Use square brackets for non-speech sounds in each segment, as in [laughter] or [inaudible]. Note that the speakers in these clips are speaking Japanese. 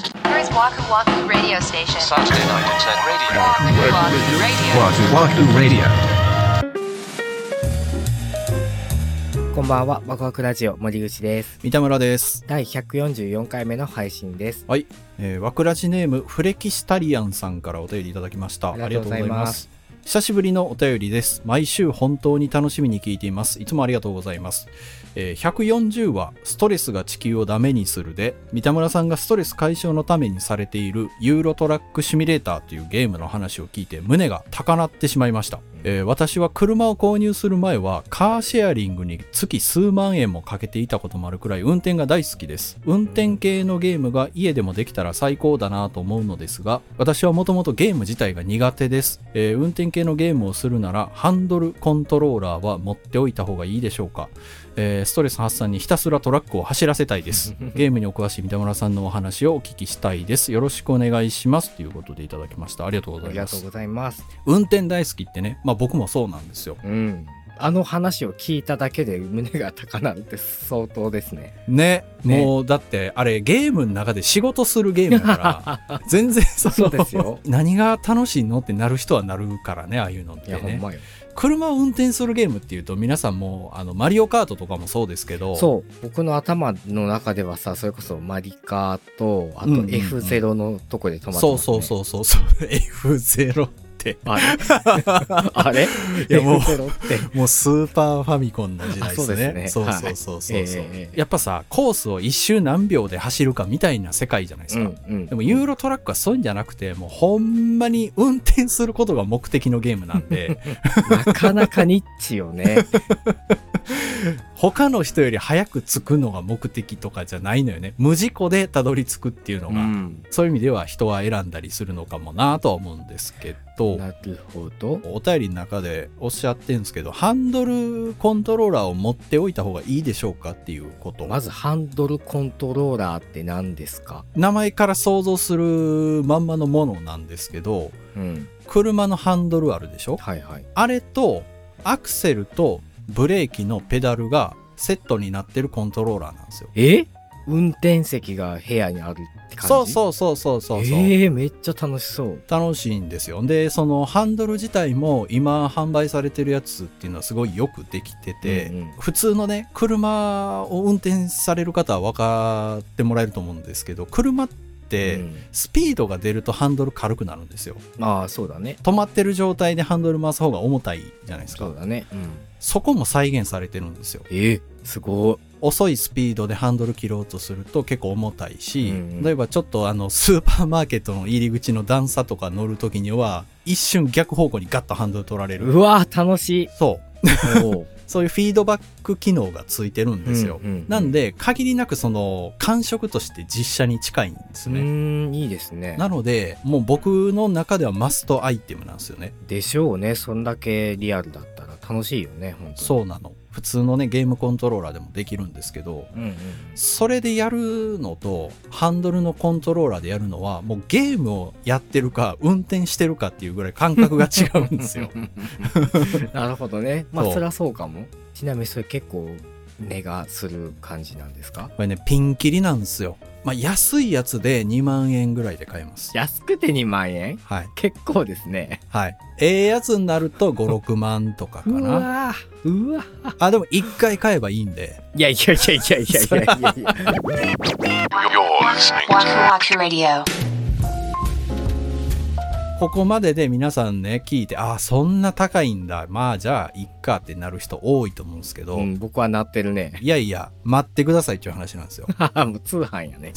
Waku Waku Radio Station. Saturday night at 10 radio. Waku Waku Radio. Wahoo Wahoo Radio. こんばんは、ワクワクラジオ森口です。三田村です。第144回目の配信です。はい、えー、わくらじネームフレキシタリアンさんからお便りいただきました。ありがとうございますありがとうございます。久しぶりのお便りです。毎週本当に楽しみに聞いています。いつもありがとうございます。えー、140話、ストレスが地球をダメにするで、三田村さんがストレス解消のためにされているユーロトラックシミュレーターというゲームの話を聞いて胸が高鳴ってしまいました。えー私は車を購入する前はカーシェアリングに月数万円もかけていたこともあるくらい運転が大好きです。運転系のゲームが家でもできたら最高だなと思うのですが、私はもともとゲーム自体が苦手です、えー運転系のゲームをするならハンドルコントローラーは持っておいた方がいいでしょうか。えーストレス発散にひたすらトラックを走らせた [laughs] いです。ゲームにお詳しい三田村さんのお話をお聞きしたいです。よろしくお願いします。ということでいただきました。ありがとうあございりがまとうすご。ざいます。運転大好きってね、まあ僕もそうなんですよ。うん。あの話を聞いただけで胸が高鳴るって相当ですね。 [laughs] ねねもうだってあれゲームの中で仕事するゲームだから [laughs] 全然そのそうですよ何が楽しいのってなる人はなるからねああいうのいってや、ほんねまよ。車を運転するゲームっていうと皆さんもうあのマリオカートとかもそうですけどそう、僕の頭の中ではさ、それこそマリカーと、あとうんうんうん F0 のとこで止まってます、ねそうそうう。そうそうそう F0 ってあ [laughs] れあれいやもう F0 って。もうスーパーファミコンの時代であそううすねそですねそうそうそうそはいう、ええやっぱさコースを一周何秒で走るかみたいな世界じゃないですうか、んうん。でもユーロトラックはそういうんじゃなくてもうほんまに運転することが目的のゲームなんで [laughs] なかなかニッチよね。他の人より早く着くのが目的とかじゃないのよね無事故でたどり着くっていう [laughs] のうが、ん。そういう意味では人は選んだりするのかもなとは思うんですけどなるほど。お便りの中でおっしゃってるんですけどハンドルコントローラーを持っておいた方がいいでしょうかっていうことまずハンドルコントローラーって何ですか名前から想像するまんまのものなんですけどうん。車のハンドルあるでしょはいはい。あれとアクセルとブレーキのペダルがセットになってるコントローラーなんですよ。え運転席が部屋にあるって感じそううそうそうそうそうそう。えー、めっちゃ楽しそう。楽しいんですよ。で、そのハンドル自体も今販売されてるやつっていうのはすごいよくできてて、うんうん普通のね、車を運転される方は分かってもらえると思うんですけど、車って、うんスピードが出るとハンドル軽くなるんですよ。まあそうだね。止まってる状態でハンドル回す方が重たいじゃないですそかう。だね。うん、そこも再現されてるんですよ。えー、すご遅いスピードでハンドル切ろうとすると結構重たいし、うんうん例えばちょっとあのスーパーマーケットの入り口の段差とか乗るときには一瞬逆方向にガッとハンドル取られい。る。うわー楽しいそうおうそういうフィードバック機能がついてるんですよ、うんうんうんなんで限りなくその感触として実車に近いんですうね、ーん、いいですね。なのでもう僕の中ではマストアイテムなんですよねでしょうね。そんだけリアルだったら楽しいよね、本当に。そうなの普通のねゲームコントローラーでもできるんですけどうんうん。それでやるのとハンドルのコントローラーでやるのはもうゲームをやってるか運転してるかっていうぐらい感覚が違うんです [laughs] よなるほどね。まあそうそりゃそうかも。ちなみにそれ結構値がする感じなんですかこれねピンキリなんですよ、まあ、安いやつで2万円ぐらいで買えます安くて2万円はい結構ですね。はいええやつになると56万とかかうなわうわあでも1回買えばいいんでいやいやいやいやいやいやいやいや You're listening Waku to Waku Radio. ここまでで皆さんね聞いてああそんな高いんだまあじゃあいっかってなる人多いと思うんですけど、うん、僕はなってるね。 [laughs] いやいや待ってくださいっていう話なんですよもう通販やね。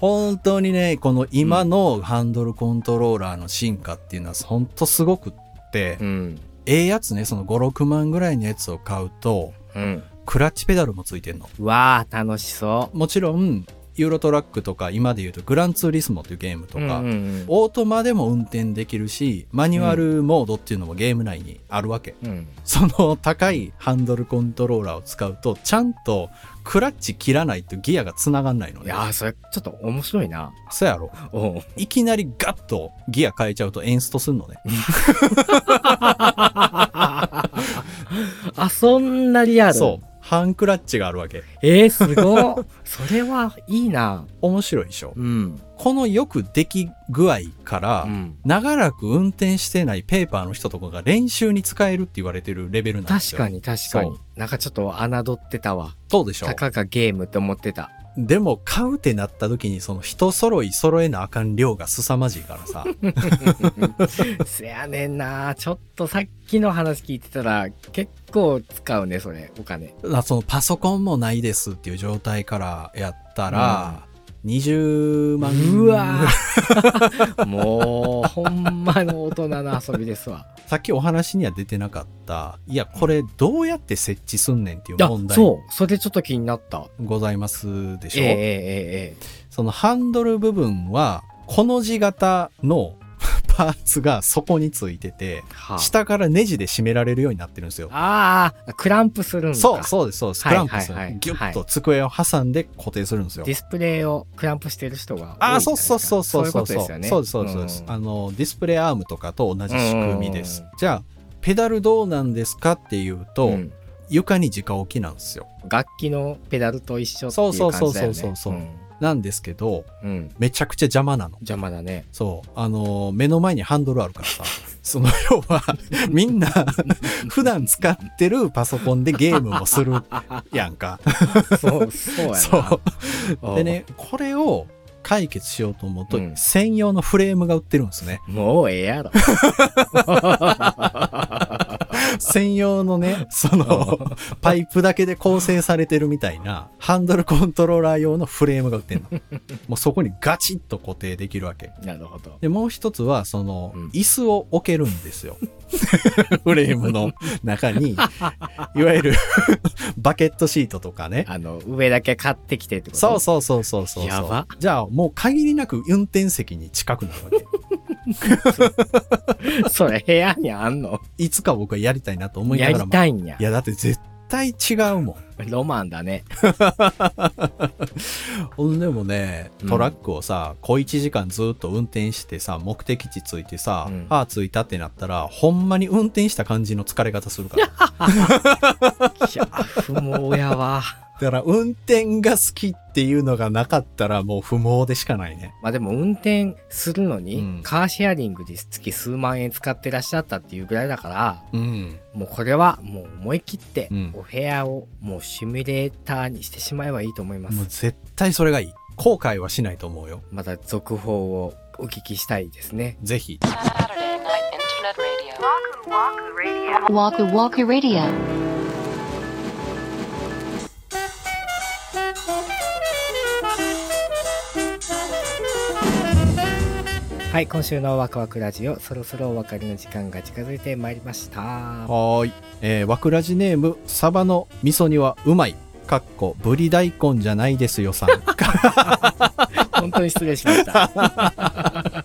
本当にねこの今のハンドルコントローラーの進化っていうのは本当すごくって、うん。ええやつねその56万ぐらいのやつを買うとうん。クラッチペダルもついてんのうわあ、楽しそもちろんユーロトラックとか今で言うとグランツーリスモっていうゲームう。とか、うんうんオートマでも運転できるしマニュアルモードっていうのもゲーム内にあるわけ、うん、うんその高いハンドルコントローラーを使うとちゃんとクラッチ切らないとギアがつながんないのいねやーそれちょっと面白いな。そうやろおういきなりガッとギア変えちゃうとエンストすんのね。あそんなリアル。そう。ハンクラッチがあるわけ。えー、すごっ [laughs] それはいいな。面白いでしょ。うん。このよくでき具合から、うん長らく運転してないペーパーの人とかが練習に使えるって言われてるレベルなんです確よ。か。に確かそに。なんかちょっと侮ってたわ。そうでしょたかがゲームって思ってた。でも買うってなった時にその人揃い揃えなあかん量が凄まじいか [laughs] らさ。せやねんな。ちょっとさっきの話聞いてたら、結構使うね、それ、お金。まあそのパソコンもないですっていう状態からやったら、20万。うわー [laughs] もう、ほんまの大人の遊びですわ。さっきお話には出てなかった、いや、これどうやって設置すんねんっていうあ問、題そう。それちょっと気になった。ございますでしえょ、ええええそのハンドル部分は、この字型の [laughs] パーツが底についてて、えは下からネジで締められるようになってるんですよ。あ、あークランプするんだ。そう、そうです、そうです。クはいはラいンプするはい。ギュッと机を挟んで固定するんですよディ。スプレイをクランプしてる人が多いああ、そうそうそうそうじゃそ。ないうですかそういうことですよね。そうです、そうですそうです。んあの、ディスプレイアームとかと同じ仕組みですうんうん。じゃあ、ペダルどうなんですかっていうと、うん床に直置きなんですよ。楽器のペダルと一緒っていう感じだよね。そうそうそうそうそううんなんですけど、うん。めちゃくちゃ邪魔なの。邪魔だ [laughs] ね。そう。あの、目の前にハンドルあるからさ。 [laughs] その要 [laughs] は、みんな普段使ってるパソコンでゲームをするやん [laughs] か。そう、そうやな。そう。でね、これを解決しようと思うと、うん専用のフレームが売ってるんです [laughs] ね。もうええやろ。 [laughs] 専用のね、その、パイプだけで構成されてるみたいな、ハンドルコントローラー用のフレームが売ってるの。もうそこにガチッと固定できるわけ。なるほど。で、もう一つは、そのうん、椅子を置けるんですよ。 [laughs] フレームの中 [laughs] に、いわゆる、 [laughs] バケットシートとかね。あの、上だけ買ってきてってことそうそうそうそうそうそう。やばじゃあ、もう限りなく運転席に近くなるわけ。う。それ部屋にあんのいつか僕はやりたいなと思いなやがらりもたいんやい。や、だって絶対違うもん。ロマンだね。ほんでもね、トラックをさ、小1時間ずっと運転してさ、目的地着いてさ、うんああ、着いたってなったら、ほんまに運転した感じの疲れ方するから。だいや、不毛やわ。から、運転が好きっていうのがなかったら、もう不毛でしかないね。まあでも運転するのうにん、カーシェアリングで月数万円使ってらっしゃったっていうぐらいだから、うん。もうこれはもう思い切ってうん、お部屋をもうシミュレーターにしてしまえばいいと思いまもうす。絶対それがいい。後悔はしないと思うよ。まだ続報をお聞きしたいですね。ぜひ。 Saturday night internet radio. Waku Waku Radio. Waku Waku Radio. はい、今週のワクワクラジオ、そろそろお別れの時間が近づいてまいりました。ははーい。えー、わくらじネーム、サバの味噌煮はうまい。かっこ、ぶり大根じゃないですよさ [laughs] ん。本当に失礼しました。 [laughs] あ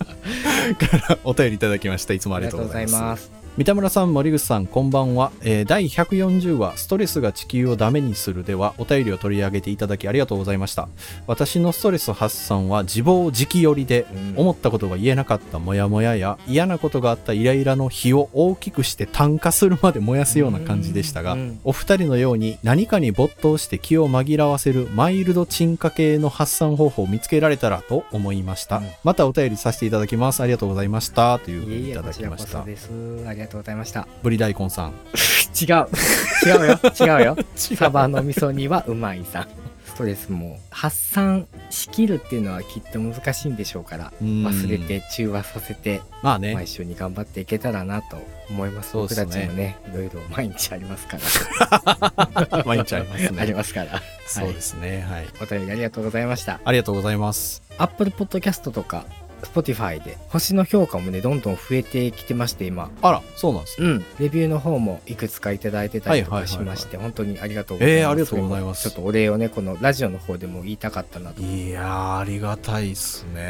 お便りいただきました。いつもありりががととううごござざいいますま。す。三田村さん、森口さん、こんばんは。えー第140話、ストレスが地球をダメにするでは、お便りを取り上げていただきありがとうございました。私のストレス発散は、自暴自棄寄りで、うん思ったことが言えなかったモヤモヤや、嫌なことがあったイライラの火を大きくして炭化するまで燃やすような感じでしたがうんうん、お二人のように何かに没頭して気を紛らわせるマイルド沈下系の発散方法を見つけられたらと思いました。うんまたお便りさせていただきます。ありがとうございました。というふういえにいいえ、たこだちきらまこしそた。です。ありがとうございました。ブリ大根さん。違う。違うよ。違うよ。 [laughs] サバの味噌煮はうまいさん。ストレスも発散しきるっていうのはきっと難しいんでしょうから、うん忘れて中和させて、まあまあね、一緒に頑張っていけたらなと思います。そうっ僕すたねちもね、いろいろ毎日ありますから。毎日あります [laughs] ありね。ますから。そうですね、はい。お便りありがとうございました。ありがとうございます。 Apple Podcast とか Spotify で星の評価もね、どんどん増えてきてまして、今。あら、そうなんですね。うん、レビューの方もいくつかいただいてたりとはかいはいはいしはいまして、本当にありがとうございます。えーありがとうございますそれもちょっとお礼をね、このラジオの方でも言いたかったなと。いやー、ありがたいっす本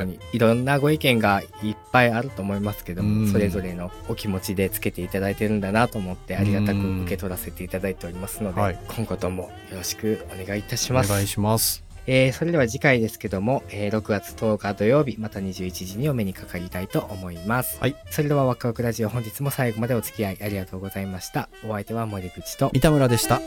当ね。にいろんなご意見がいっぱいあると思いますけども、うんそれぞれのお気持ちでつけていただいてるんだなと思ってありがたく受け取らせていただいておりますので、うんはい今後ともよろしくお願いいたしおます。願いします。えーそれでは次回ですけども、えー6月10日土曜日また21時にお目にかかりたいと思います、はい、それではワクワクラジオ本日も最後までお付き合いありがとうございましたお相手は森口と三田村でした。